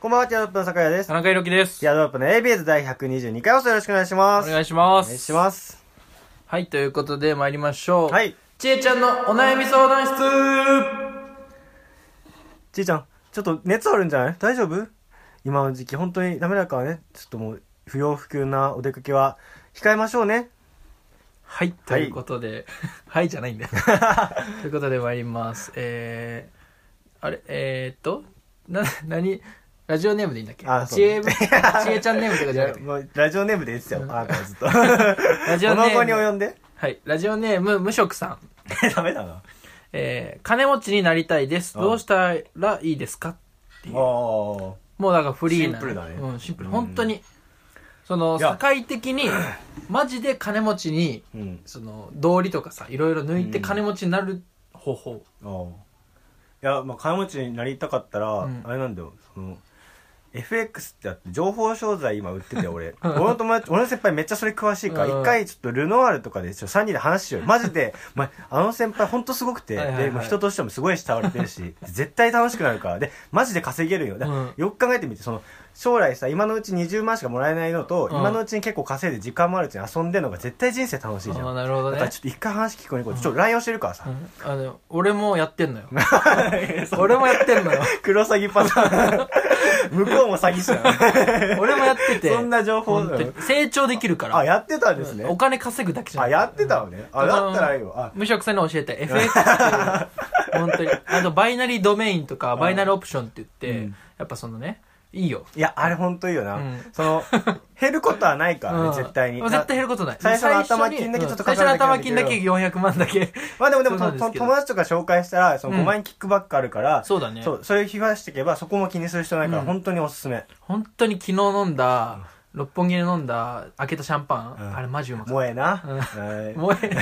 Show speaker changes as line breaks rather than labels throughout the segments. こんばんは、ティアドロップの酒屋です。
田中裕樹です
ティ。アドロップの ABS 第122回をよろしくお願いし
お
ます。
願いします。
お願いします。
はい、ということで参りましょう。
はい。
ちえちゃんのお悩み相談室
ちいちゃん、ちょっと熱あるんじゃない大丈夫今の時期本当にダメだからね。ちょっともう、不要不急なお出かけは控えましょうね。
はい、ということで、はい、じゃないんだよ。 ということで参ります。えー、あれ、えー、っと、な、なに、ラジオネームでいいんだっけ
あそう
ちえ、ちえちゃんネームとかじゃなくて。
もうラジオネームで言ってたよ、あなたはずっと。
ラジ
こ
オネ
の子に
ーム、
及んで
はい、ラジオネーム、無職さん。
ダメだな。
えー、金持ちになりたいです。
あ
どうしたらいいですかっていう。
お
もうだからフリーな
シンプルだね
うん、シンプル。
うん
本当に。その、
いや
社会的に、マジで金持ちに、
ー。うん。
その、道理とかさ、いろいろ抜いて
うん
金持ちになる方法。
ああいやまあ金持ちになりたかったら、
ん
あれなんだよその FX ってあって情報商材今売って て俺俺の友達俺の先輩めっちゃそれ詳しいから
うん
一回ちょっとルノワールとかでちょ3人で話しようよマジでお前あの先輩ほんとすごくて
はいはいはい
でもう人としてもすごい慕われてる し絶対楽しくなるからでマジで稼げるよだから
うん
よく考えてみてその将来さ今のうち20万しかもらえないのと、
うん
今のうちに結構稼いで時間もあるうちに遊んでるのが絶対人生楽しいじゃ
ああ、
ん
なるほど
だから
ね
ちょ。っと一回話聞こえに行こうちょっと LINE をしてるからさ
う、んあの、俺もやってんの よ。俺もやってんのよ。
黒詐欺パターン。向こうも詐欺師だ
俺もやってて。
そんな情報
本当に成長できるか
あ、
ら。
やってたんですね
お。金稼ぐだけじゃ
あ、
ない。
やってたのね。あ、だったらいいわ。
無職さんに 教えて FX っていう本当にあとバイナリードメインとかバイナリーオプションって言って、
うん
やっぱそのねいいよ
あ、いや、あれ本当いいよな
うん。
その、減ることはないから
う
ね、
ん
絶対に。
絶対減ることない
最初の
最
頭
に
金だけちょっと
う
か
ん
か
最
る
初の
だ
頭
け
金
な
だ
んだ
け
け
400万だけ
まあでもでも
そう
と
なんです
と
けど
友達とか紹介したら、その
うん
5万円キックバックあるから、
そうだね
そう、それ引かしていけば、そこも気にする必要ないから、
うん
本当におすすめ。
本当に昨日飲んだ六本木で飲んだ開けたシャンパン、
うん
あれマジうまかっ
萌えな。
うん
はい
たもうえ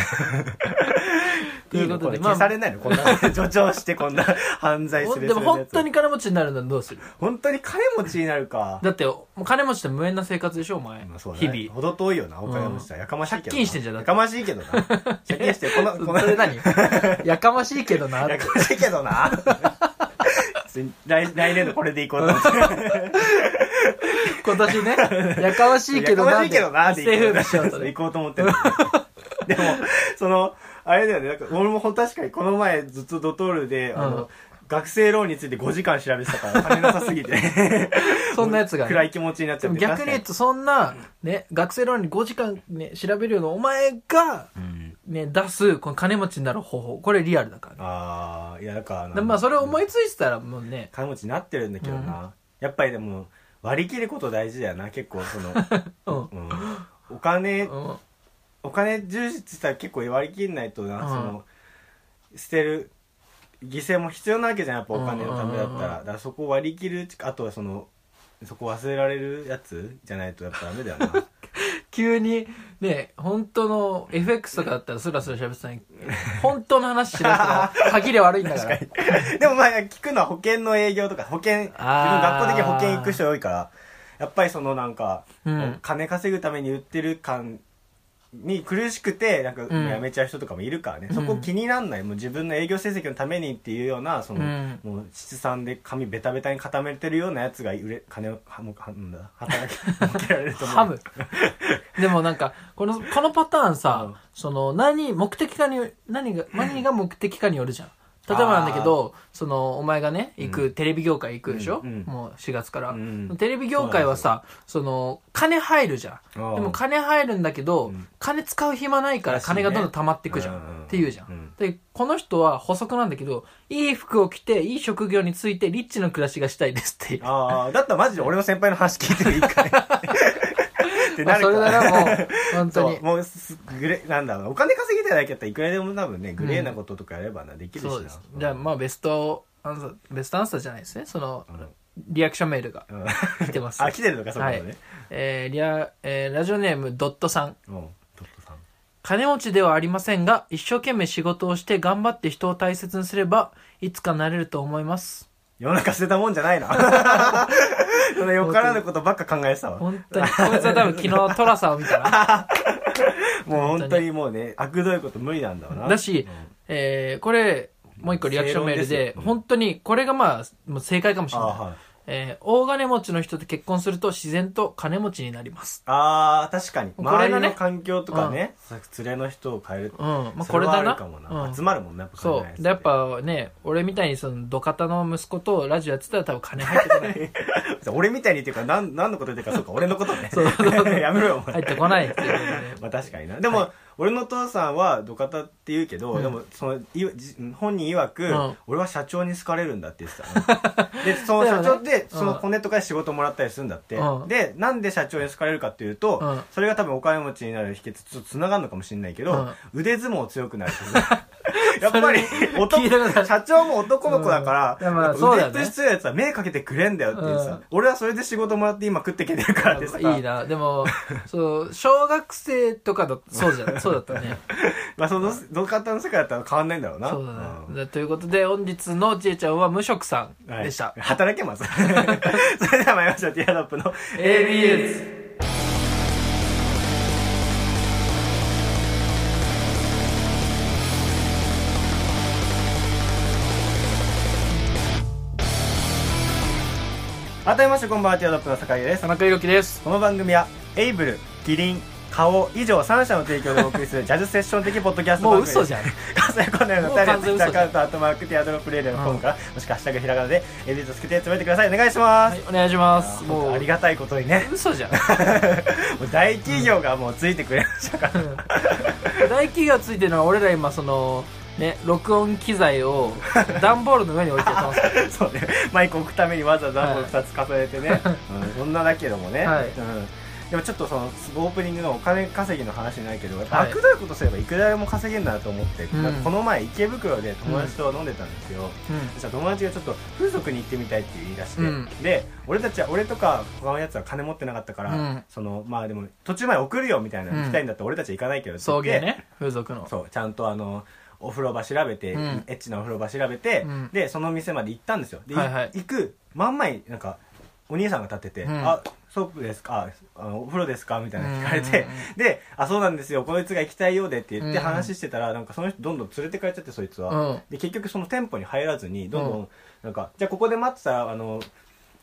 いいのこれ
まあ
消されないのこんな、助長してこんな犯罪する。
でも本当。に金持ちになるのはどうする
本当に金持ちになるか。
だってもう金持ちって無縁な生活でしょお前、
まあそうだ
日
ね。
々
ほど遠いよな、お金持ちは。やかましいけどな。
借金してんじゃんだ
や
って
かましいけどな。借金して、この、この、
それ
や
何やかましいけどなって
かましいけど な。来来年度これでいこうと思 って。
今年ね、やかましいけど
やかま
なん
しいけ
で、
どなっ
一世風靡し ようと
て
ね
行。こうと思ってる。でも、その、あれだよね、なんか俺もほん確かにこの前ずっとドトールで、あ
うん
の、学生ローンについて5時間調べてたから、金なさすぎて。
そんなやつがね
暗い気持ちになっち
で
ゃっ
も
て。
逆に言うと、そんな、ね、学生ローンに5時間ね、調べるようなお前が、
確かに、うん
ね、出す、この金持ちになる方法。これリアルだからね。
ああ、いや、だからな
でまあ、それを思いついてたら、もうね、
金持ちになってるんだけどな、やっぱりでも割り切ること大事だよな結構その、
うん。
うんお金
うん
お金重視したら結構割り切んないとな、
うん
その捨てる犠牲も必要なわけじゃんやっぱお金のためだったら、
うんうんうんうん
だからそこ割り切るあとはそのそこ忘れられるやつじゃないとやっぱダメだよな
急に、ね、本当の FX とかだったらスラスラ喋ってたのに、 本当の話しだしたら、歯切れ悪いんだから。
でもまあ聞くのは保険の営業とか保険自分
あー
学校的に保険行く人多いからやっぱりそのなんか
うん
金稼ぐために売ってる感に苦しくてなんか
うん
やめちゃう人とかもいるからね、
うん
そこ気になんないもう自分の営業成績のためにっていうようなその、
うん
もう七三で髪ベタベタに固めてるようなやつが売れ金をはもうはなんだ 働き儲けられると思う
ハム。 でもなんか、この、このパターンさ、
うん
その、何、目的かに、何が、何が目的かによるじゃん。例えばなんだけど、その、お前がね、行く、テレビ業界行くでしょ、
うんうん
もう4月から、
うん
テレビ業界はさ、その、金入るじゃん。
うん
でも金入るんだけど、
うん
金使う暇ないから
らしいね
金がどんどん溜まっていくじゃん。
うんうんうん
っていうじゃん,、
うん
で、この人は補足なんだけど、いい服を着て、いい職業について、リッチの暮らしがしたいですって。
ああだったらマジで俺の先輩の話聞いてもいいかい って
ま
な
あ、そ
る
れ
か
な
ら
らもう、本当に
そう。もうすグレなんだろうお金稼ぎたいだけだったらいくらでも多分ねグレーなこととかやればな、できるしな
そうですじゃあまあベストアンサーベストアンサーじゃないですねその
うん
リアクションメールが
うん
来てます
あ来てるのかそこま
は
で
い
ね、
えーリアえーラジオネームドットさん
うんトップさん
金持ちではありませんが一生懸命仕事をして頑張って人を大切にすればいつかなれると思います
世の中捨てたもんじゃないな。 そのよからぬことばっか考えてたわ。もう
本 当にこいつは多分昨日トラさんを見たな
本当にもうね、悪どいこと無理なんだろうな。
だし、えーこれもう一個リアクションメール
正論
で
ですようん
本当にこれがまあもう正解かもし
あ
れない
はい。
えー大金持ちの人と結婚すると自然と金持ちになります。
あー、確かに。
これ
周
のね
りの環境とかね、連れの人を変える。
うん。まあ、
そ
これ
は
だ
あ
な。
るかもな。
うん
集まるもんね、やっぱ
そ
金ないやつ
う。で、やっ ぱね、俺みたいにその、土方の息子とラジオやってたら多分金入ってこ ない。
俺みたいにっていうか、なん、何のこと言ってるか、そうか、俺のことね。
そうそうそ う
やめろよ、お前。
入ってこないっていうことで。
まあ確かにな。でも、俺の父さんは土方って言うけど、
うん
でも、その、いじ本人曰く、
うん
俺は社長に好かれるんだって言ってた の。で、その社長って、
うん
そのコネとかで仕事もらったりするんだって。
うん
で、なんで社長に好かれるかっていうと、
うん
それが多分お金持ちになる秘訣と繋がるのかもしれないけど、腕相撲強くなる。 やっぱり、
聞いたことあ
男、
る
社長も男の子だから、
うんいやまあ
やっぱ
そうだよね
腕って必要なやつは目かけてくれんだよって言ってさ、
うん
俺はそれで仕事もらって今食ってけてるからってさ、
いいな。でも、そう、小学生とかだそうじゃん。そうだったね。
まあその、土方の世界だったら変わんないんだろうな。
そうだね。ということで、本日のちえちゃんは無職さん
うんはい
でした。
働け ます。 それでは参りましょう。ティアドロップの
ABS。
改めましてこんばんは、ティアドロップの酒井です
田。中裕樹です。
この番組は、エイブル、キリン、カオ以上3社の提供でお送りする ジャズセッション的ポッドキャスト
もう嘘じ
ゃん。
ゃん。
関西コンナの2人
もう完全
の
嘘
Twitter
じゃ
アカ
ん
ウント、アットマーク、ティアドロップレイディオの本から、もしくはハッシュタグひらがなで、エディートつけてつぶやいてください。お願いしま
は
す
い。、お願いします。
も
も
う
う、
ありがたいことに ね、
嘘じゃん。
もう大企業がもうついてくれましたから。
大企業ついてるのは俺ら今そのね録音機材を段ボールの上に置いてやって ますから
そうね、マイク置くためにわざわざこの2つ重ねてね、う ん、女だけどもね、
はい
うん、でもちょっとそのオープニングのお金稼ぎの話じゃないけど、やっぱ
はい
悪どいことすればいくらでも稼げるなと思って、
うん
この前池袋で友達と飲んでたんですよ、そしたら友達がちょっと風俗に行ってみたいって言い出して、
うん
で俺たちは俺とか他のやつは金持ってなかったから、
うん
そのまあでも途中まで送るよみたいな
うん
行きたいんだったら俺たち行かないけどって
送
言って
迎ね風俗の
そうちゃんとあのお風呂場調べて、
うん
エッチなお風呂場調べて、
うん
でその店まで行ったんですよで、
はいはい
行く真ん前になんかお兄さんが立ってて「
うん
あソープですかああのお風呂ですか?」みたいなの聞かれて、
うんうん
で「あそうなんですよこいつが行きたいようで」って言って
うん
話してたら、なんかその人どんどん連れてかれちゃってそいつは、
うん
で結局その店舗に入らずにどんどん、
う
なんかじゃあここで待ってたらあの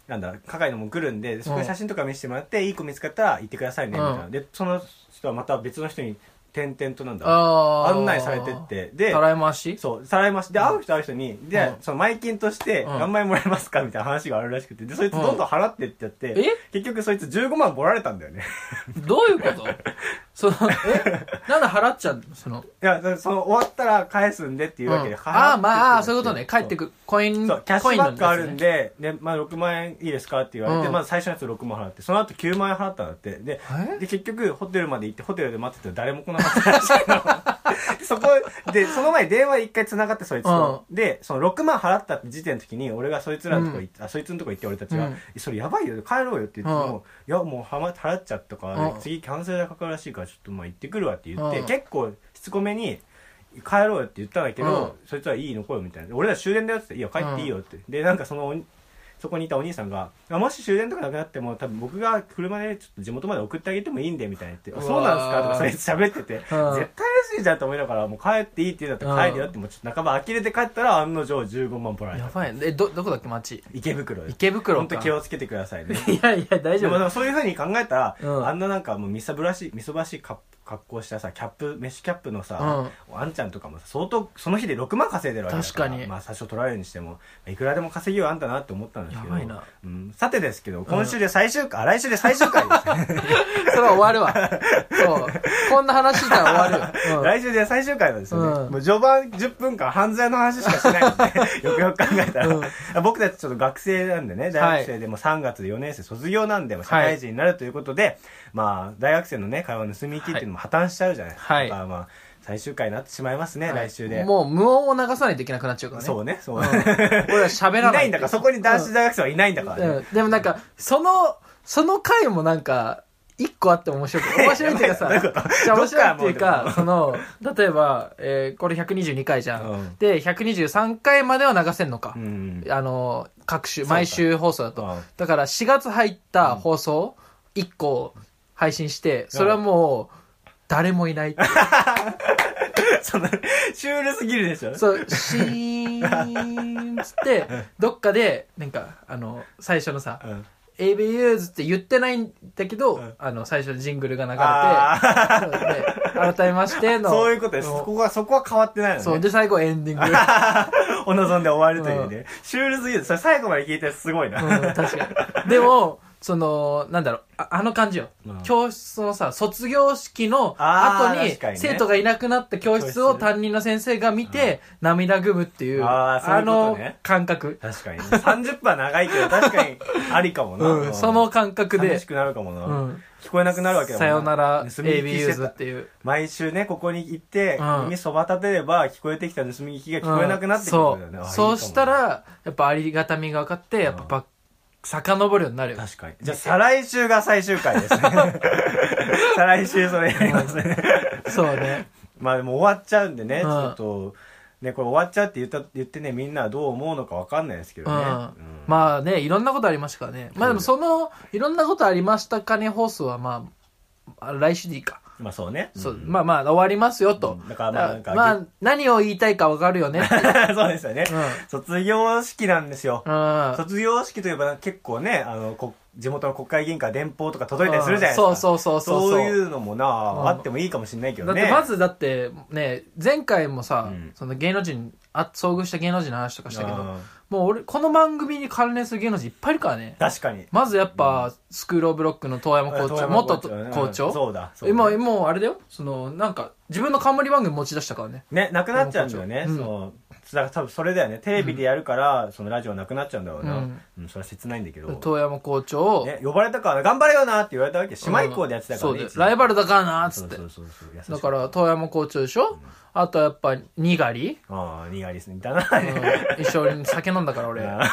なんだ係のも来るんでそこで写真とか見せてもらって、いい子見つかったら行ってくださいねみたいな、
うん
でその人はまた別の人に転々となんだ
あー
案内されてってで
たらい回し
そうさらいましてで会う人会う人にで、
うん
その前金として
うん
何万円もらえますかみたいな話があるらしくてでそいつどんどん払ってっちゃって、
え
結局そいつ15万ぼられたんだよね
どうい うことそのえなんで払っちゃうのその
いやその終わったら返すんでっていうわけで、
うん
払って
ああまああーそういうことね帰って
く
くコイン
そうキャッシ
コイ
ュ
ンの
バ
や
ックあ
つね
るんでで、まあ、6万円いいですかって言われて、
うん
まず最初のやつ6万払ってその後9万円払ったんだってで
え
で結局ホテルまで行ってホテルで待ってて誰も来なかったらしいの そこでその前に電話で一回繋がってそいつと、でその6万払ったって時点の時に俺がそいつらのとこ行って、あそいつのとこ行って俺たちが、
うん
えそれやばいよ帰ろうよって言っても、いやもうはま払っちゃったから、
うん
次キャンセルがかかるらしいからちょっとまあ行ってくるわって言って、
うん
結構しつこめに帰ろうよって言ったんだけど、そいつはいいの来よみたいな俺ら終電だよって言っていや帰っていいよって、でなんかそのおにそこにいたお兄さんがあもし終電とかなくなっても多分僕が車でちょっと地元まで送ってあげてもいいんでみたいな言ってあそうなんですかとかそいつ喋ってて、絶対
うん
らしいじゃんと思いながらもう帰っていいって言うんだったら帰るよってもうちょっと半ば呆れて帰ったら案の定15万もらえ
や
た
ばいねえどどこだっけ町
池袋です
池袋
本当
か
気をつけてくださいね
いやいや
で
大丈
もで
夫
もそういうふうに考えたら、
うん
あんななんかもうみさぶらしいみそばしいか格好したさキャップメッシュキャップのさ、あんちゃんとかもさ相当その日で6万稼いでるわけだから
確かに
まあ最初取られるにしてもいくらでも稼ぎはあんたなって思ったんですけど
やばいな
うん、さてですけど今週で最終回、あ来週で最終回ですね、
それは終わるわそうこんな話したら終わるよ、うん
来週で最終回なんですよね、
うん
もう序盤10分間犯罪の話しかしないので よくよく考えたら、僕たちちょっと学生なんでね大学生でも3月で4年生卒業なんでもう社会人になるということで、まあ大学生のね会話を盗み聞きっていうのも破綻しちゃうじゃないですか、
はい
だからまあ最終回になってしまいますね、 来週で。
もう無音を流さないといけなくなっちゃうからね
そうね、そう。
俺ら喋
い
らな。
ないいんだから、そこに男子大学生はいないんだからね。
うん。でもなんか、その、その回もなんか、一個あって面白 く、面白いっていうかさ、
どういうこと
じゃあ面白いっていう
ど
か
っ、
その、例えば、えーこれ122回じゃん。
うん
で、123回までは流せんのか。
うん
あの、各週、
うだ
毎週放送だと。
うん
だから4月入った放送、1個配信して、それはもう、誰も いないっていう
そのシュールすぎるでしょ
そう、シーンっつって、どっかで、なんか、あの、最初のさ、
うん
ABUs って言ってないんだけど、
うん
あの、最初にジングルが流
あ
れて、そうで改めまして
ー
の、
そういうことです。
の
ここは、そこは変わってないのね。
そう、で、最後エンディング。
お望んで終わるというね。シュールすぎる。それ最後まで聞いたらすごいな。
うん、確か に。でも、その、なんだろう、ああの感じよ、
うん
教室のさ、卒業式の
あー
後に
確かにね
生徒がいなくなった教室を担任の先生が見て、涙ぐむっていう、
あーそういうこと
の
ね
感覚。
確かにね。30分は長いけど、確かにありかもな。
うん、その感覚で。
楽しくなるかもな。
うん
聞こえなくなるわけだもん
さよなら
盗み聞き
AB
して
ユー
た
ズっていう
毎週ね、ここに行って、
うん
耳そば立てれば、聞こえてきた盗み聞きが 聞こえなくなってくるんだよね。
う
あいい
ん
か
そう
も
そうしたらやっぱありがたみが分かってやっぱば遡るようになるよ
確かに。じゃあ、再来週が最終回 ですね。再来週それやりますね。
そうね
まあでも終わっちゃうんでね、
うん
ちょっと、ね、これ終わっちゃうって言った、言ってね、みんなはどう思うのかわかんないですけ
う
ど
ん
ね。あ、
まあねいろんなことありましたからねまあでもそのいろんなことありましたかね放送はまああ来週でいいか、
まあそうね。
そう
うん
まあまあ終わりますよと、
うんだからまあなんか
まあ何を言いたいか分かるよ ねって
そうですよね。卒業式なんですよ。
うん、うん、
卒業式といえば結構ね、あの、こ地元の国会議員から電報とか届いたりするじゃないですか。
うんそうそうそうそう
そう
そう
いうのもな、
ん
あってもいいかもしれないけ
だ
ど
っ
ね。
てまずだってね前回もさ、
うん
その芸能人あ遭遇した芸能人の話とかしたけ
う
ど
ん
もう俺この番組に関連する芸能人いっぱいいるからね
確かに。
まずやっぱ、スクール・オブ・ロックの遠山校
遠
長
山
元
ね
校
うん
長
そうだ。そうだ
今もうあれだよそのなんか自分の冠番組持ち出したからね
ね、なくなっちゃうんだよね。
うん
そう。だから多分それだよね。テレビでやるから、そのラジオなくなっちゃうんだろうな。
う
うんん、それは切ないんだけど。
遠山校長、
ね、呼ばれたから、頑張れよなって言われたわけ。姉妹校でやってたから
うん
ね。
そうだよライ
バ
バルだからなっつ
そ
っ
う
て
そうそうそう。優しい
だから、遠山校長でしょ、あとはやっぱにがり、
ああ、ニガリスみ たいな
う
ね。
ん、一緒に酒飲んだから俺、
な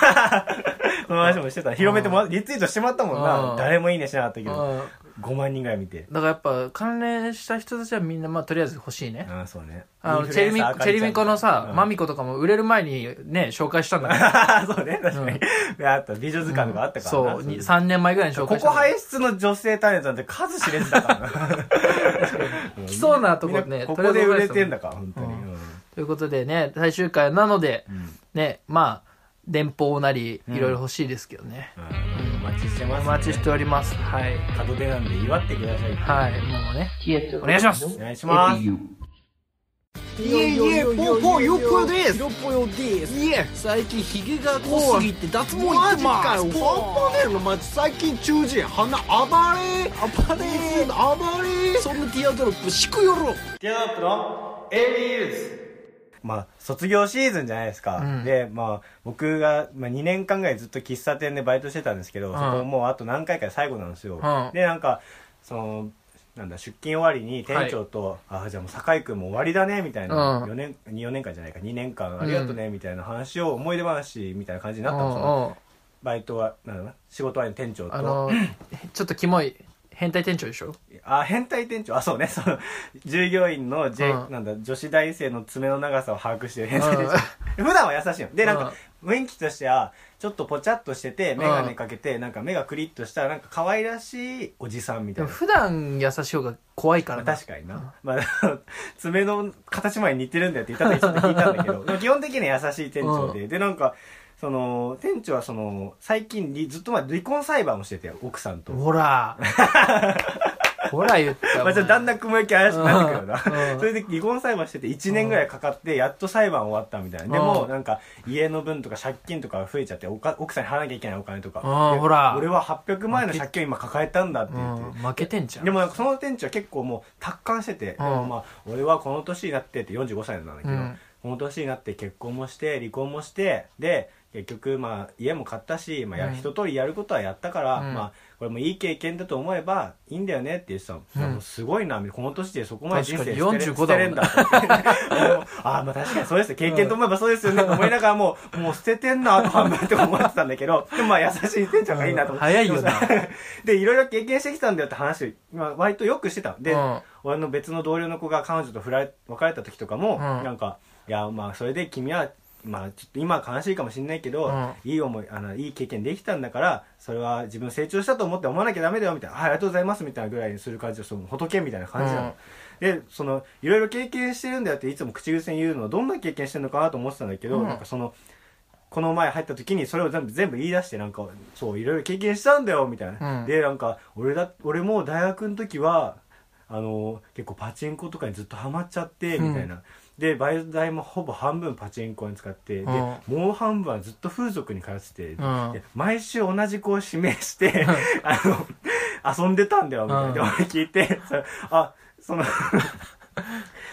その話もしてた。広めてもら、リツイートしてもらったもん
う
な。
ん
誰もいいねしなかったけど、
うん
5万人ぐらい見て。
だからやっぱ関連した人たちはみんなまあとりあえず欲しいね。
ああ、そうね。
あのチェルミチェルミ コのさ、マ
ミ。
ミコとかも売れる前にね紹介したんだから。
そうね、確かに。あった、美女図鑑とかあったからな。
そう
い
に三年前ぐらいに紹
ここ
介したんだ。
輩出の女性タレントなんて数知れずだからな
来 そうなとこね
みんなこと
りあ
こ
えず
で売
覚えてたもん
れてんだから本当に、うん
ということでね最終回なので、ねまあ電報なりいろいろ欲しいですけどね。
うんお待ちしてま
お
す、
待ちしております。はい
門出なんで祝ってください
はいもうねお願いします。
お願いします
いえいえ、ポンポン、よっぽよです。よっぽよです。いえ、最近ヒゲが濃すぎて脱毛行ってます。ポンポンです。の街、最近中耳鼻暴れ。暴れ。暴れ。そんなティアドロップ、敷くよろ。
ティアドロップの AB ユースまあ卒業シーズンじゃないですか、
うん
でまあ僕が、まあ、2年間ぐらいずっと喫茶店でバイトしてたんですけど、
ん
そこもうあと何回かで最後なんですよ、
うん
でなんかそのなんだ出勤終わりに店長と「ああじゃあもう酒井君も終わりだね」みたいな、
うん
4年4年間じゃないか2年間ありがとうねみたいな話を思い出話みたいな感じになったんですよ、
うんうん
バイトはなんだろうな仕事終わりの店長と
あのちょっとキモい変態店長でしょ。
あ、変態店長。あ、そうね。その、従業員の、J
うん
なんだ、女子大生の爪の長さを把握してる変
う
態
ん
店長。 普段は優しいの。で、なんか、雰囲気としては、ちょっとぽちゃっとしてて、メガネかけて、なんか目がクリッとした、なんか可愛らしいおじさんみた
で
い
も
な。
普段優しい方が怖いか
ま
ら
あ、
な。
確かにな。まあ、 爪の形まで似てるんだよって言った時ちょっと聞いたんだけど、でも基本的には優しい店長で、で、なんか、その、店長はその、最近りずっとまあ離婚裁判をしてて、奥さんと。
ほら。ほら言った。
まあ、ちょっとだんだん雲行き怪しくなってくる
うんう。
なん それで離婚裁判してて1年ぐらいかかって、やっと裁判終わったみたいな。で
うん
も、なんか、家の分とか借金とかが増えちゃって、おか奥さんに払わなきゃいけないお金とか。
あー
で
ほら
俺は800万円の借金を今抱えたんだって言って。
うん負けてんじゃん
でもなんかその店長は結構もう達観してて、でもまあ俺はこの年になってって45歳なんだけど、
うん
この年になって結婚もして離婚もしてで結局まあ家も買ったし、まあ、や
うん
一通りやることはやったから、
うん
まあこれもいい経験だと思えばいいんだよねって言ってたの、
うん
いやもうすごいなこの年でそこまで人生捨てれ
確かに45
捨てれんだ ああまあ確かにそうですよ経験と思えばそうですよねと思いながら もうもう捨ててんなと半分って思ってたんだけど でもまあ優しい店長がいいなと思って、
うん早いよな
でいろいろ経験してきたんだよって話まあ割とよくしてたで、
うん
俺の別の同僚の子が彼女と振られ別れた時とかも、
ん
なんか「いやまあそれで君はまあちょっと今は悲しいかもしれないけど、
うん
いい思いあのいい経験できたんだからそれは自分成長したと思って思わなきゃダメだよみたいなあありがとうございますみたいなぐらいにする感じでその仏みたいな感じなの、でそのいろいろ経験してるんだよっていつも口癖に言うのはどんな経験してるのかなと思ってたんだけど、
うん
なんかそのこの前入った時にそれを全部全部言い出してなんかそういろいろ経験したんだよみたいな、
うん
でなんか俺だ俺も大学の時はあの結構パチンコとかにずっとハマっちゃってみたいな、でバイト代もほぼ半分パチンコに使って、で
うん
もう半分はずっと風俗に通ってて、
うん
で毎週同じ子を指名して あの遊んでたんだよみたいな、
うん
で俺聞いてそれあその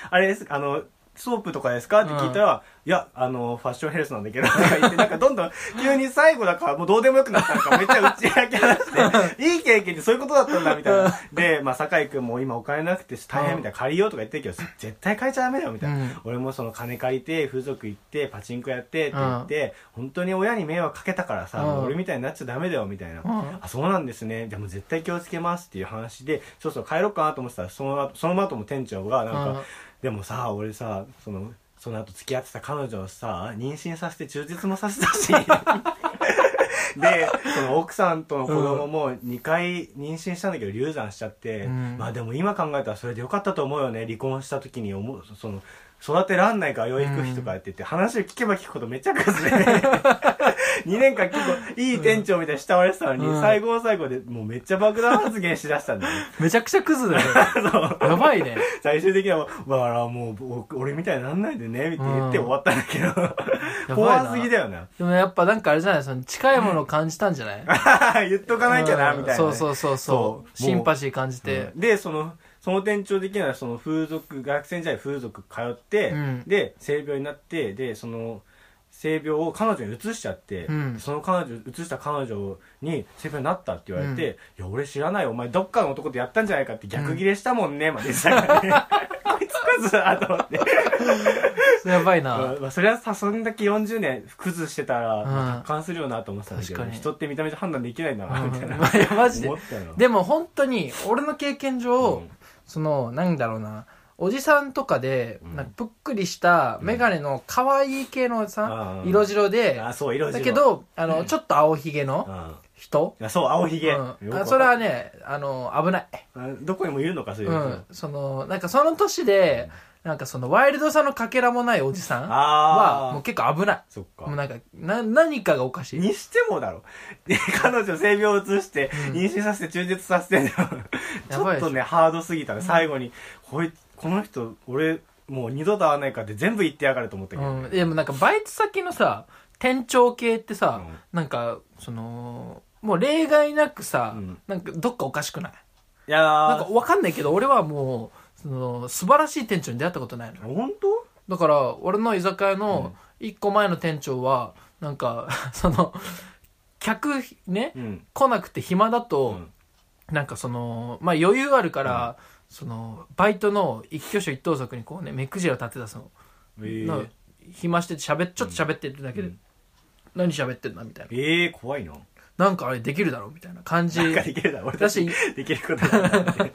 あれですあのソープとかですかって聞いたら、いや、あの、ファッションヘルスなんだけど、とか言って、なんかどんどん、急に最後だから、もうどうでもよくなったのか、めっちゃ打ち明け話して、いい経験ってそういうことだったんだ、みたいな。で、まあ、酒井くんも今お金なくて大変みたいな、借りようとか言ってるけど、絶対借りちゃダメだよ、みたいな。
うん
俺もその金借りて、風俗行って、パチンコやってって言って、本当に親に迷惑かけたからさ、
うん
俺みたいになっちゃダメだよ、みたいな。
うん
あ、そうなんですね。じゃあもう絶対気をつけますっていう話で、そろそろ帰ろうかなと思ってたら、その後、その後も店長が、なんか、
うん
でもさ俺さそのその後付き合ってた彼女をさ妊娠させて充実もさせた しでその奥さんとの子供も2回妊娠したんだけど流産しちゃって、
うん
まあでも今考えたらそれでよかったと思うよね離婚した時に思うその育てらんないから養育費とかやってて、話を聞けば聞くほどめちゃくちゃ2年間結構いい店長みたいに慕われてたのに、
うん
最後の最後でもうめっちゃ爆弾発言しだしたんだよね
めちゃくちゃクズだよ。
そう
やばいね。
最終的には、まああら、もう僕、俺みたいになんないでね、って言って
うん
終わったんだけど、
な
怖すぎだよな。
でもやっぱなんかあれじゃないその近いものを感じたんじゃない
言っとかなきゃな、みたいなね。
そうそうそ
そ
うそうう。シンパシー感じて。
で、その、その店長的には、その風俗、学生時代風俗通って、
うん
で、性病になって、で、その、性病を彼女に移しちゃって、
うん
その彼女、移した彼女に性病になったって言われて、いや、俺知らないよ、お前どっかの男とやったんじゃないかって逆ギレしたもんね、まで言ってたから ね。こいつこそだと思って。
やばいな。
まあまあ、それはさそんだけ40年崩してたら、
ん
まあ達観するよなと思ってたんだけど
確かに
人って見た目じゃ判断できないんだ
う
なみたいな、
んまあいやマジで
思ったよ
でも本当に俺の経験上、
うん
そのなんだろうなおじさんとかで、
うん
なんかぷっくりした眼鏡の可愛い系のおじさん、
うん
色白で
あそう色白
だけどあの、ちょっと青ひげの
あ
人、
あそう青ひ
うん
げ、よく
あ
わ
それ
か
は
る
ねあの危ない、
あどこにもいるのかそういう
う
人、
ん、そのなんかその年でなんかそのワイルドさのかけらもないおじさん
あ
は
あ
もう結構危ない
そっか
もうなんかな何かがおかしい
にしてもだろ 彼女性病を移して妊娠させて中絶させてんだよち
や
ょ
ばい
っ
でしょ
とねハードすぎたね最後に、こいこの人俺もう二度と会わないからって全部言ってやがると思ったけど、
うん、でもなんかバイト先のさ店長系ってさ、
うん
なんかそのもう例外なくさ、
うん
なんかどっかおかしくない
いやー
なんかわかんないけど俺はもうその素晴らしい店長に出会ったことないの
本当
だから俺の居酒屋の一個前の店長はなんか その客ね、
うん
来なくて暇だと、なんかそのまあ余裕あるから、そのバイトの一挙手一投足にこうね目くじら立てたその
えー
の暇してて喋っちょっと喋ってるだけで、
うん
何喋ってんだみたいな
ええ怖いな。
なんかあれできるだろうみたいな感じ
なんかできるだろ、俺たち。できることだな って。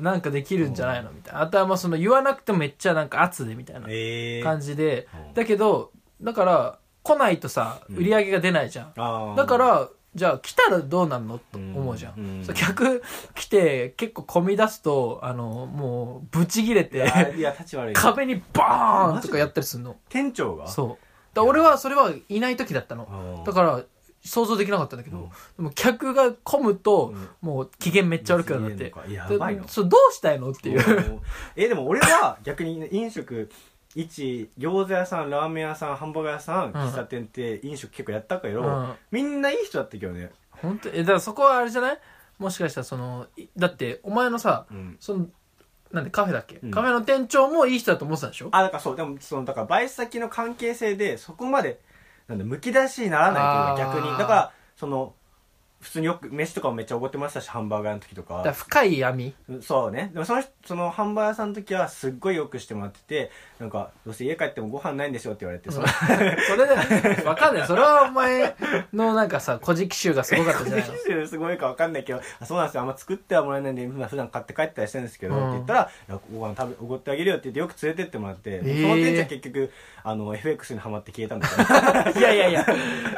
なんかできるんじゃないのみたいなあとはまあその言わなくてもめっちゃなんか圧でみたいな
ええ
感じで、
うん
だけどだから来ないとさ
うん
売り上げが出ないじゃん、
あー
だか、らじゃあ来たらどうなんのと思うじゃん、
うんうん
そう客来て結構混み出すとあのもうブチギレ
いや、
て
いや立ち悪い。
壁にバーンとかやったりするの
店長が
そう。だから俺はそれはいない時だったの。
う
だから、想像できなかったんだけ
うん
ど、でも客が混む
う
と
ん、
もう機嫌めっちゃ悪くなって。
いや
で
やばいの。
そう、どうしたいのっていう。
うん え、でも俺は逆に飲食、一、餃子屋さん、ラーメン屋さん、ハンバーガー屋さん、
ん
喫茶店って飲食結構やったけ
う
ど
ん、
みんないい人だったけどね。
本当え、だからそこはあれじゃないもしかしたらその、いだって、お前のさ
う、ん
その、なんでカフェだっけ
うん
カフェの店長もいい人だと思ってたんでしょ
あ、だからそう、でも、その、だから、バイト先の関係性で、そこまで、なんだ、むき出しにならないというか、
あー
逆に。だから、その、普通によく飯とかもめっちゃおごってましたしハンバーガーの時と
だから
か
深い闇
そうねでもその人そのハンバーガー屋さんの時はすっごいよくしてもらっててなんか「どうせ家帰ってもご飯ないんですよ」って言われて、その
それでわかんないそれはお前のなんかさ「古事記集」がすごかったんじ ゃないの
すごいかわかんないけど「あそうなんですよあんま作ってはもらえないんで普段買って帰ったりしてるんですけど」
うん
って言ったらいや「ご飯食べおごってあげるよ」って言ってよく連れてってもらって、
ー
その店長は結局あの FX にはまって消えたんだけど
いやいやいや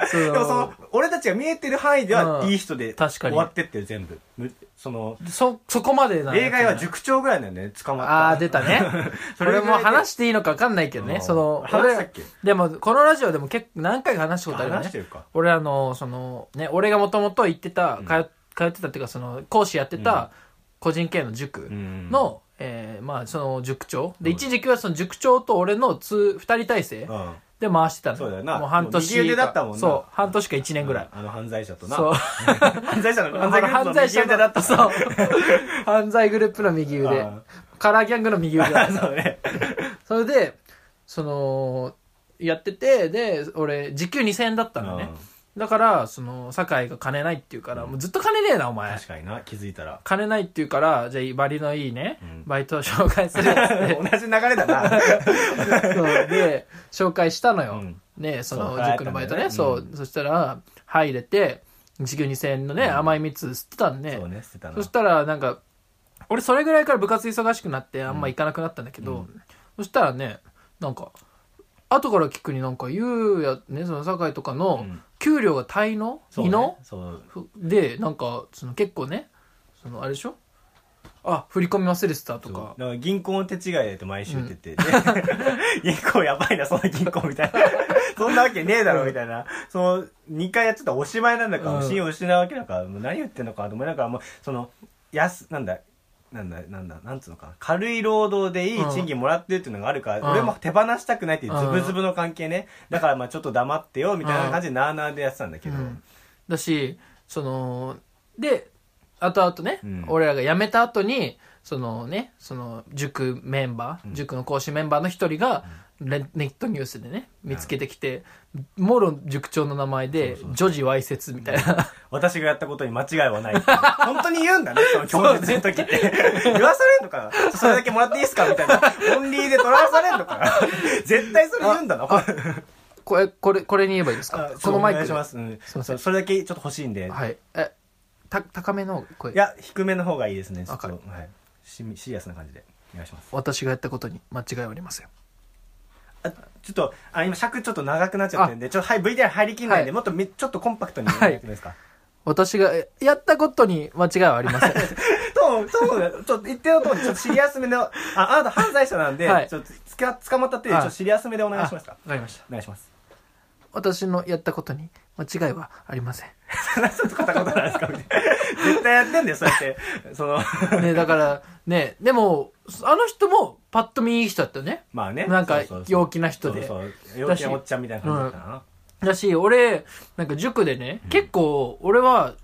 そ
でもその
の
俺たちが見えてる範囲で
う
は
ん
いい人で
確か
終
に
わってってる全部むその
そそこまでな
例外は塾長ぐらいなんだよね捕まった
ああー出たねこ
それ
れ
ぐ
も
らいで
話していいのかわかんないけど
う
ね
ん
その
話したっけ
俺でもこのラジオでも結構何回か話したことあるよね
話してるか
俺あのそのね俺がもともと行ってた、
ん
通通ってたっていうかその講師やってた個人系の塾
うん
の、えーまあその塾長で、
うん
一時期はその塾長と俺の2人体制
うん
で回してたの、
そうだよな
もう半年か
もう右腕だったもんな
そう半年か1年ぐらい、
あの犯罪者とな
そう
犯罪者の
あの
犯罪グループ
犯
の
罪
右腕
者の
だった
そう犯罪グループの右 腕
あ
カラーギャングの右腕だっ
ー
た
そうね
それでそのやっててで俺時給2000円だったのね、だからその酒井が金ないって言うから、もうずっと金ねえなお
うん
前
確かにな気づいたら
金ないって言うからじゃあバリのいいね、
うん
バイトを紹介するっつ
同
っ
じ流れだな
てそうで紹介したの
う
よ、
ん
ねそ
そ
の
う
塾のバイトね
流行
そ
った
う
だ
ん
よね、
そしたら入れて時給2000円のね、
うん
甘い蜜吸ってたんで
そうね捨てたな
そしたらなんか俺それぐらいから部活忙しくなってあんま行かなくなったんだけど、そしたらねなんか後から聞くになんかゆうやねその酒井とか
う
の
ん
給料が滞納、
そう
未納、
ねそう
ふでなんかその結構ねそのあれでしょあ振り込み忘れてたと
そう
か
だから銀行の手違いでと毎週言ってて、で 銀行やばいなその銀行みたいな そんなわけねえだろみたいな、その2回やっちゃったらおしまいなんだから、
うん
信用失うわけだからもう何言ってんのかと思いながらもうその安なんだなんだなんだなんつうのかな軽い労働でいい賃金もらってるっていうのがあるから、
うん
俺も手放したくないっていう
うん
ズブズブの関係ね、だからまあちょっと黙ってよみたいな感じでなあなあでやってたんだけど、
うんだしそので後々ね、
うん
俺らが辞めた後にそのねその塾メンバー、
うん
塾の講師メンバーの一人が、レネットニュースでね見つけてきて、もろ塾長の名前で
そうそう
女児わいせつみたいな
私がやったことに間違いはないっていう 本当に言うんだね、その教説の時って。言わされんのかなそれだけもらっていいですかみたいな。オンリーで取らされんのか な絶対それ言うんだな、これ。
これこれこれに言えばいいで すか
あ
このマイ
お願
ク
いし
で
ます。うん
すいま
そ
せん
うそれだけちょっと欲しいんで。
はいえた高めの声
いや、低めの方がいいですね、ちょっと。は
わ
いシミシリアスな感じで。お願いします。
私がやったことに間違いはありません
あちょっと、あ、今尺ちょっと長くなっちゃってるんで、ちょっと、はい、VTR 入りきんないんで、
はい
もっとめ、ちょっとコンパクトにやってもらってもいいですか
私がえやったことに間違いはありません。
と、そう、ちょっと一定のとおり、ちょっとシリアスめの、あ、あなた犯罪者なんで、
はい
ちょっとつか、捕まったって、ちょっとシリアスめ でお願いしますか
あ。わかりました。
お願いします。
私のやったことに間違いはありません。
ちょっと片言なんですかみたいな。絶対やってんだよ、そうやって。その、
ね、だから、ね、でも、あの人もパッと見いい人だったよね。
まあね。
なんか
そうそうそう
陽気な人で
そうそう陽気なおっちゃんみたいな感じだったな。
だし、俺、なんか塾でね、結構、俺は、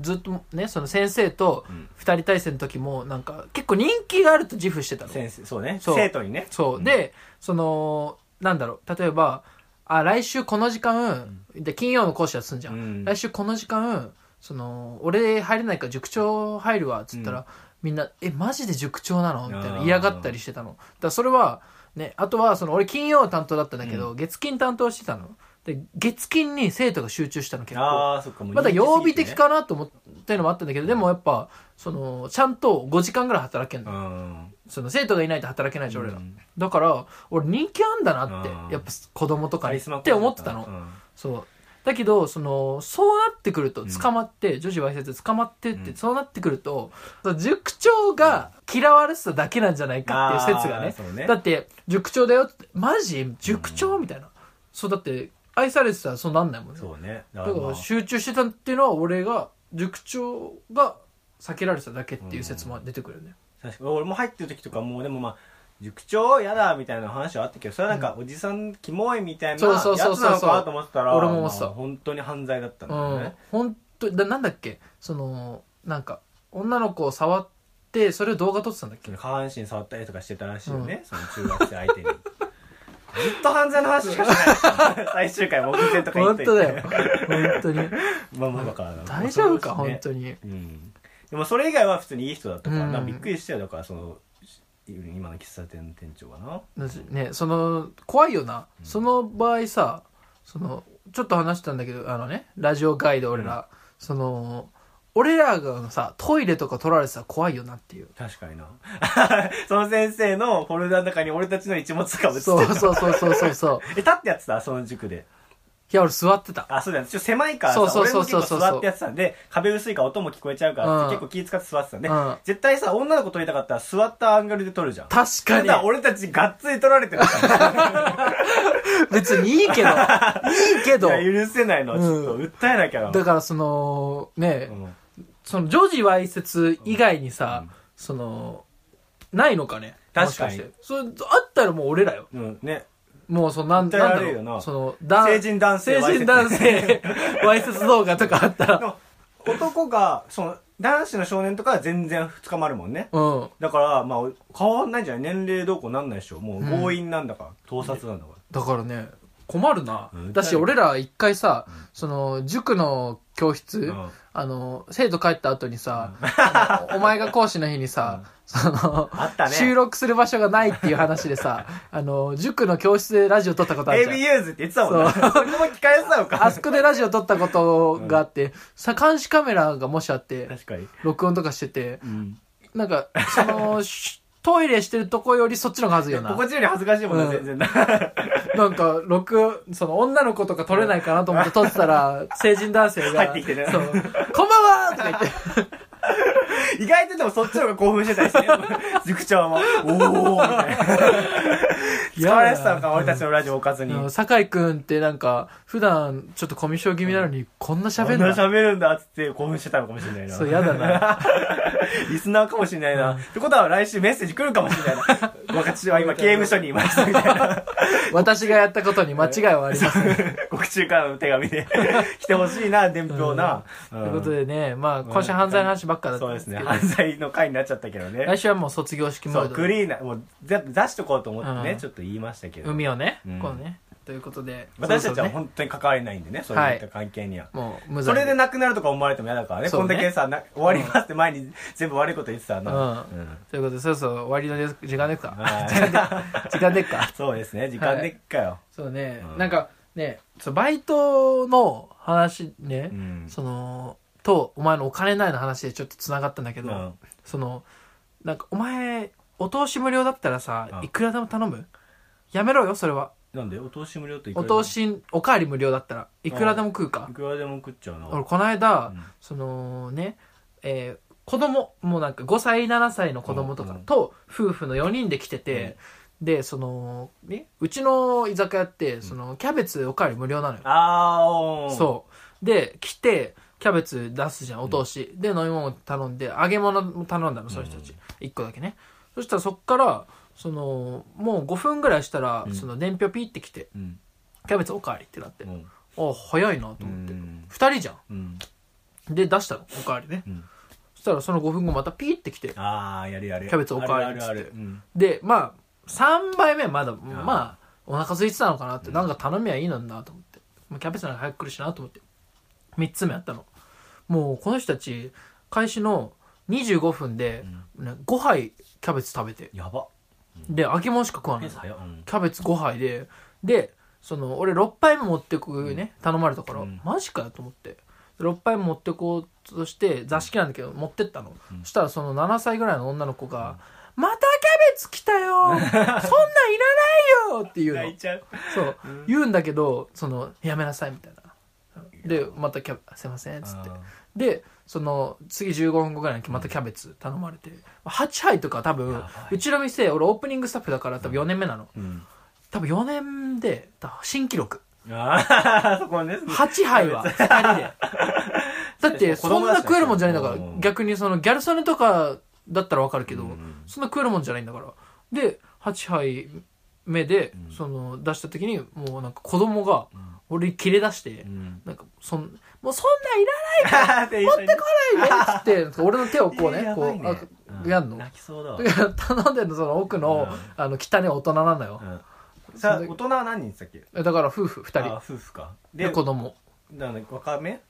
ずっとね、その先生と
うん
二人対戦の時も、なんか、結構人気があると自負してたの。
先生、そうね。
そう
生徒にね。
そう。
ん、
で、その、なんだろう、例えば、あ、来週この時間、で、金曜の講師はすんじゃん。
うん
来週この時間、その、俺入れないから塾長入るわ、っつったら、
うん
みんな、え、マジで塾長なのみたい
あ
な
ー
嫌がったりしてたの。だからそれは、ね、あとは、その、俺金曜担当だったんだけど、月金担当してたの。で、月金に生徒が集中したの、結構。
ああ、そっか、もう
まだ曜日的
人気すぎてね。
かなと思ってのもあったんだけど、でもやっぱ、その、ちゃんと5時間ぐらい働けんの。
うん。
その生徒がいないと働けないじゃん、俺ら
うん
だから俺人気あんだなって
うん
やっぱ子供とか
カ
に
リ
っ
スマ
て思ってたの、
うん
そうだけどそのそうなってくると
うん
捕まって、女子わいせつ捕まってって、
うん
そうなってくるとその塾長が嫌われてただけなんじゃないかっていう説が
あー
ね
そうね
だって塾長だよってマジ塾長みたいな、そうだって愛されてたらそうなんないもんね
そうね。だ
だから集中してたっていうのは俺が塾長が避けられてただけっていう説も出てくるよね、
確かに 俺も入ってる時とかもうでもまあ塾長やだみたいな話はあったけどそれはなんかおじさんキモいみたいな
そう
やつ
そう
な
そう
の
そう
かと思ってたら
俺も思ってた
まあ本当に犯罪だったんだよ
うん
ね、
本当だなんだっけそのなんか女の子を触ってそれを動画撮ってたんだっけ
下半身触ったりとかしてたらしいよね、その中学生相手にずっと犯罪の話しかしない。 最終回目前とか言っ
本
といて。
当だよ。本当に。
まあまあだからな
大丈夫か、
そうで
本
す
当
ね
に。
うん。でもそれ以外は普通にいい人だったから、
うん
だからびっくりしたよ。だからその、今の喫茶店の店長はな。
だしね、その、怖いよな。その場合さ、その、ちょっと話したんだけど、あのね、ラジオガイド俺ら、その、俺らがさ、トイレとか取られてたら怖いよなっていう。
確かにな。 その先生のフォルダの中に俺たちの一物とか映って
そう
た。
そうそうそうそうそう。
え、立ってやってたその塾で。
いや、俺座ってた。
あ、そうだよ。ちょっと狭いからさ、
そうそう
俺
そ
も
う
結
そう
構座ってやってたんで、壁薄いから音も聞こえちゃうから、
うん
結構気使って座ってたね。
うん
絶対さ、女の子撮りたかったら座ったアングルで撮るじゃん。
確か
ただ
に。
俺たちがっつり撮られてるから。
別にいいけど。いいけ ど。
いや許せないの。ちょっと訴えなきゃな。
だからその、ね、
うん
その、女児わいせつ以外にさ、その、ないのかね。
確かに
もししてそれ、あったらもう俺らよ。
うん、ね。
もうその、なん
訴え
なん
ら
だ
れるよな
ろう。その、だ
成人男性
成人男性、わいせつ動画とかあったら。
の男が、その、男子の少年とかは全然捕まるもんね。
うん。
だから、まあ、変わんないんじゃない年齢どうこうなんないでしょ。もう強引なんだから、盗撮なんだから。
だからね、困るな
うん。
だし、
痛い
俺ら一回さ、その、塾の教室
うん、
あの、生徒帰った後にさ、あのお前が講師の日にさ、その、
あったね
収録する場所がないっていう話でさ、あの、塾の教室でラジオ撮ったことあるじゃん
AB。ユーズって言ってたもんね。それも聞かれてたの
あ
か。
そこでラジオ撮ったことがあって、さ、監視カメラがもしあって、
確かに。
録音とかしてて、
うん。
なんか、そ の、しトイレしてるとこよりそっちの方が恥ずいよな。
心地より恥ずかしいもんね、
うん
全然な。
なんか、録、その、女の子とか撮れないかなと思って撮ってたら、成人男性が、
入ってきてね
そう、こんばんはとか言って、
意外とでもそっちの方が興奮してたりして、塾長も、おーみたいな。使われてたのか、俺たちのラジオおかずに。
うん酒井くんってなんか、普段、ちょっとコミュ障気味なのに、こんな
こ
喋
ん
ん
な
な。
喋るんだっつって興奮してたのかもしれないな。
そう、嫌だ な。
リスナーかもしれないな。ってことは来週メッセージ来るかもしれないな。私は今刑務所にいましたみたいな。
私がやったことに間違いはあり ません。
獄中からの手紙で来てほしいな、伝票な。と
ということでね、まあ、今週犯罪の話ばっかだった
そ
ん
う
で
ですす
け
ね。
ど、
犯罪の回になっちゃったけどね
来。週はもう卒業式モ
そ
ー
う、
ド
ク
で、
リーンな、もうぜ出しとこうと思って
うん
ね、ちょっと言いましたけど。
海をね、
うん
こうね、ということで、
私たちは
そろ
本当に関わりないんでね、そういった関係には。
そろねもう無
そ
罪
れで亡くなるとか思われても嫌だからね。
そう
こ
ね
んだけさ、な終わりますって前に全部悪いこと言ってたな。
うん
うん
ということで、そろそろ終わりのです時間でっか。
はい
時間でっ か。
そうですね、時間でっかよ。
そうね、
うん
なんかね、そうバイトの話ね、
うん
その、と、お前のお金ないの話でちょっと繋がったんだけど、
うん
その、なんかお前、お通し無料だったらさ、
うん
いくらでも頼むやめろよ、それは。
なんでお通し無料っていく
お
らでも
通し、おかわり無料だったら、いくらでも食うか
い。くらでも食っちゃうな。
俺、この間、
うん
そのね、えー子供、もうなんか5歳、7歳の子供とか
うんうん
と夫婦の4人で来てて、で、その、ね、うちの居酒屋って、その、キャベツおかわり無料なのよ。
あーおー
そう。で、来て、キャベツ出すじゃん、お通し。で、飲み物頼んで、揚げ物も頼んだの、その人たち。一個だけね。そしたらそっから、その、もう5分ぐらいしたら、
うん
その、伝票ピーって来て、
うん。
キャベツおかわりってなって。
うん。
あ、早いなと思って
うん。
二人じゃ
うん。
ん。で、出したの、おかわりね。
うん
そしたらその5分後またピーって来て、
ああ、やるやる。
キャベツおかわりっ
ある
つって
あるある。うん
でまあ3杯目まだまあお腹空いてたのかなって、なんか頼みはいいのになと思ってまあキャベツなんか早く来るしなと思って3つ目あったのもうこの人たち開始の25分で、ね5杯キャベツ食べて
やば。
で揚げ物しか食わな
ペ
い
ース早っ。うん
キャベツ5杯ででその俺6杯目持ってくね、頼まれたから、
うん
マジかよと思って6杯目持ってこうとして座敷なんだけど持ってったの、そしたらその7歳ぐらいの女の子が「またキャベツ来た よそんなんいらないよ!」って言う
泣
の
いちゃう。
そう言うんだけどその「やめなさい」みたいなでまたキャベ「すいません」っつって
あー
でその次15分後ぐらいにまたキャベツ頼まれて8杯とか多
や
分
ばいう
ちの店俺オープニングスタッフだから多分4年目なの、
うん。
多分4年で多分新記録
ああ、そこね。
8杯は2人で だって
子
そん
供だ
な
しね
食えるもんじゃないんだか
う
ら
ん
逆にそのギャル曽根とかだったらわかるけど、
うん
そんな食えるもんじゃないんだからで8杯目でその出した時にもうなんか子供が俺に切れ出して、
うん。
なんかそんもうそんなんいら
持って
ないでっつって俺の手をこうね
やば
こ
いね
うあやんの
泣きそうだわ。
頼んでるのその奥の、
うん
あの汚い大人なのよ、
うんさ
それ
大人は何人でしたっけ
えだから夫婦2
あ
人
夫婦か
で
で
子供
だから若め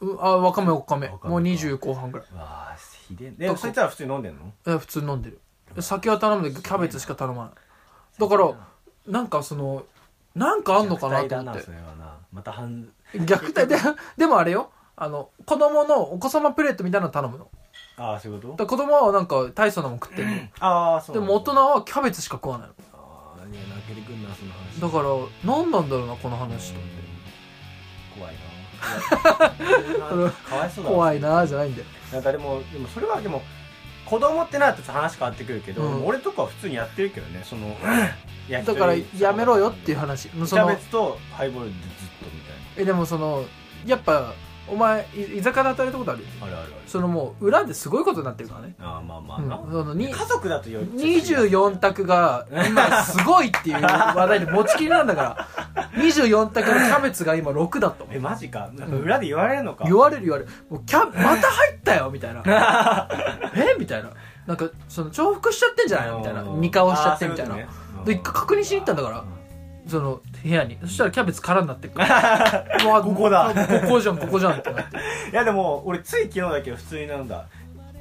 うあ若め若め
若め
もう20後半ぐらい
わあひでえで
どこ
そいつら普通に飲んでんの
え普通に飲んでる酒は頼むんだけどキャベツしか頼まないだからなんかそのなんかあんのかな
虐待
と
だ
思って
それはなまた半
虐待ででもあれよあの子供のお子様プレートみたいなの頼むの
ああそういうこ
だ
と
から子供はなんか大層なもん食ってるの
ああそう
で
なん
も
だ
大人はキャベツしか食わない
ああいや泣けてくんなその話
のだから何なんだろうなこの話と
怖い な
うん
かわいそうだ
怖いなーじゃないんだよ
なんかでもでもそれはでも子供ってなると話変わってくるけど、
うん
俺とかは普通にやってるけどねそ の焼き
だ
鳥
からやめろよっていう話
キ
そ
ャ
の
ベツとハイボールでずっとみ
えでもそのやっぱお前い居酒屋で働いたことある
たいなあるあるある
そのもう裏ですごいことになってるからね
ああまあまあ
うん
な、
そのに
家族だとよ
24択が今すごいっていう話題で持ちきりなんだから24択のキャベツが今6だと
えマジかなんか裏で言われるのか、
言われる言われるもうキャまた入ったよみたいな えみたいななんかその重複しちゃってんじゃないのみたいな二顔しちゃってみたいな
あーそううことね
で一回確認しに行ったんだからその部屋にそしたらキャベツ空になっ てくるうわ
ここだ
ここじゃんここじゃんって なって
いやでも俺つい昨日だけど普通になんだ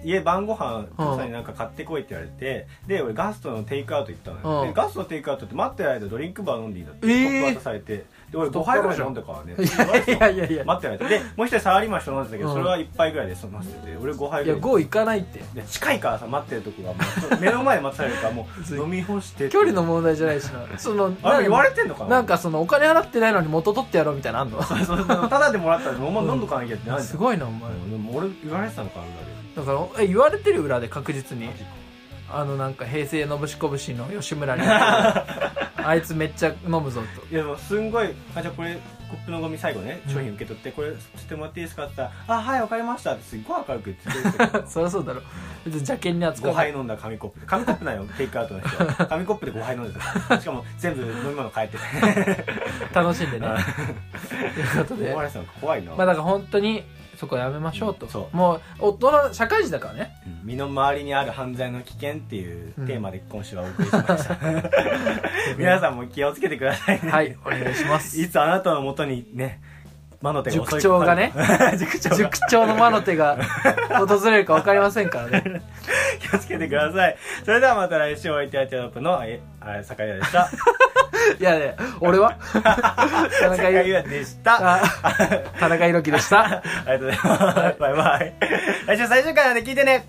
家晩ご飯父さんになんか買ってこいって言われて、で俺ガストのテイクアウト行ったのよ、
うん
でガストのテイクアウトって待ってる間ドリンクバー飲んでいいんだって
えー
トップ渡されてで俺5杯ぐらい飲んだからね
いやいやいやいや
待ってる間でもう一人サラリーマンして飲んでたけど、
うん
それは1杯ぐらいで済ませてて俺5杯
い
ぐ
や
らい
5行かないって
で近いからさ待ってるとこがもうちょっと目の前で待たされるからもう飲み干して
距離の問題じゃないしなその
あれ言われ
て
てんのかな
なんかそのお金払ってないのに元取ってやろうみたいなのあん の
そうそうただでもらったらお前飲んどかなきゃってなるじゃん
すごいなお前
うんでも俺言われてたのかあれだ
だからえ言われてる裏で確実に
けど
あのなんか平成のぶしこぶしの吉 村にあいつめっちゃ飲むぞと
いやでもすんごいあじゃあこれコップのゴミ最後ね商品受け取って、これ捨ててもらっていいですかって言ったら「あはいわかりました」ってすっごい明るく言ってくれて
そりゃそうだろ別に邪険に扱
5
う
杯飲んだ紙コップで紙コップなんよテイクアウトの人は紙コップで5杯飲んでたしかも全部飲み物変えて
楽しんでねということで
思われてたのか怖いな、
まあだから本当にそこやめましょうと
そう
もう大人社会人だからね
うん身の回りにある犯罪の危険っていうテーマで今週はお送りしました、 皆さんも気をつけてくださいね、
はいお願いします
いつあなたのもとにね魔の手が襲い
塾長がね
塾長が
塾長の魔の手が訪れるか分かりませんから ね
気をつけてください。それではまた来週お会いいたいテロップの、え、あれ、坂井でした。
いやいや俺 は田中
坂井
裕
で した。あ
あ田中裕樹でした
りがとうございます。バイバイ。来週最終回なんで聞いてね